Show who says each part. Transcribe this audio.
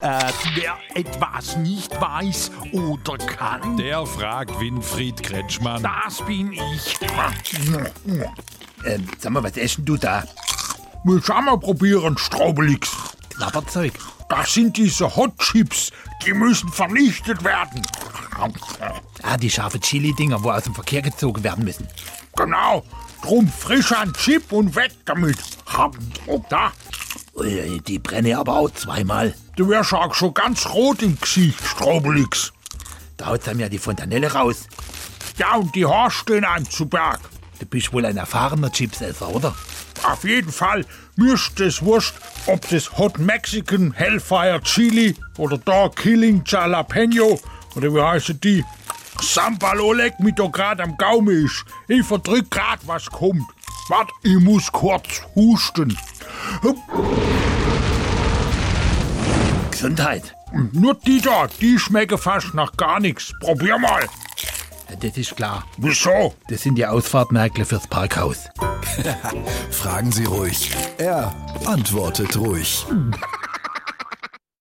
Speaker 1: Äh, wer etwas nicht weiß oder kann,
Speaker 2: Der fragt Winfried Kretschmann.
Speaker 1: das bin ich.
Speaker 3: Ähm, sag mal, was essen du da?
Speaker 1: Wir schauen mal probieren, Straubelix.
Speaker 3: Labberzeug.
Speaker 1: Das sind diese Hot Chips. Die müssen vernichtet werden.
Speaker 3: Ah, die scharfe Chili-Dinger, wo aus dem Verkehr gezogen werden müssen.
Speaker 1: Genau. Drum frisch an Chip und weg damit. Da,
Speaker 3: Ui, die brenne aber auch zweimal.
Speaker 1: du wärst auch schon ganz rot im Gesicht, Straubelix.
Speaker 3: Da haut's einem ja die Fontanelle raus.
Speaker 1: Ja, und die Haare stehen einem zu Berg.
Speaker 3: Du bist wohl ein erfahrener Chipsesser, oder?
Speaker 1: Auf jeden Fall mischt es wurscht, ob das Hot Mexican Hellfire Chili oder Dog Killing Jalapeno oder wie heißen die? Sambal Oleg mit der grad am Gaumen ist. Ich verdrück grad, was kommt. Wart, ich muss kurz husten. Hup,
Speaker 3: Gesundheit.
Speaker 1: und Nur die da, die schmecken fast nach gar nichts. Probier mal.
Speaker 3: Ja, das ist klar.
Speaker 1: Wieso?
Speaker 3: Das sind die Ausfahrtmerkle fürs Parkhaus.
Speaker 4: Fragen Sie ruhig. Er antwortet ruhig.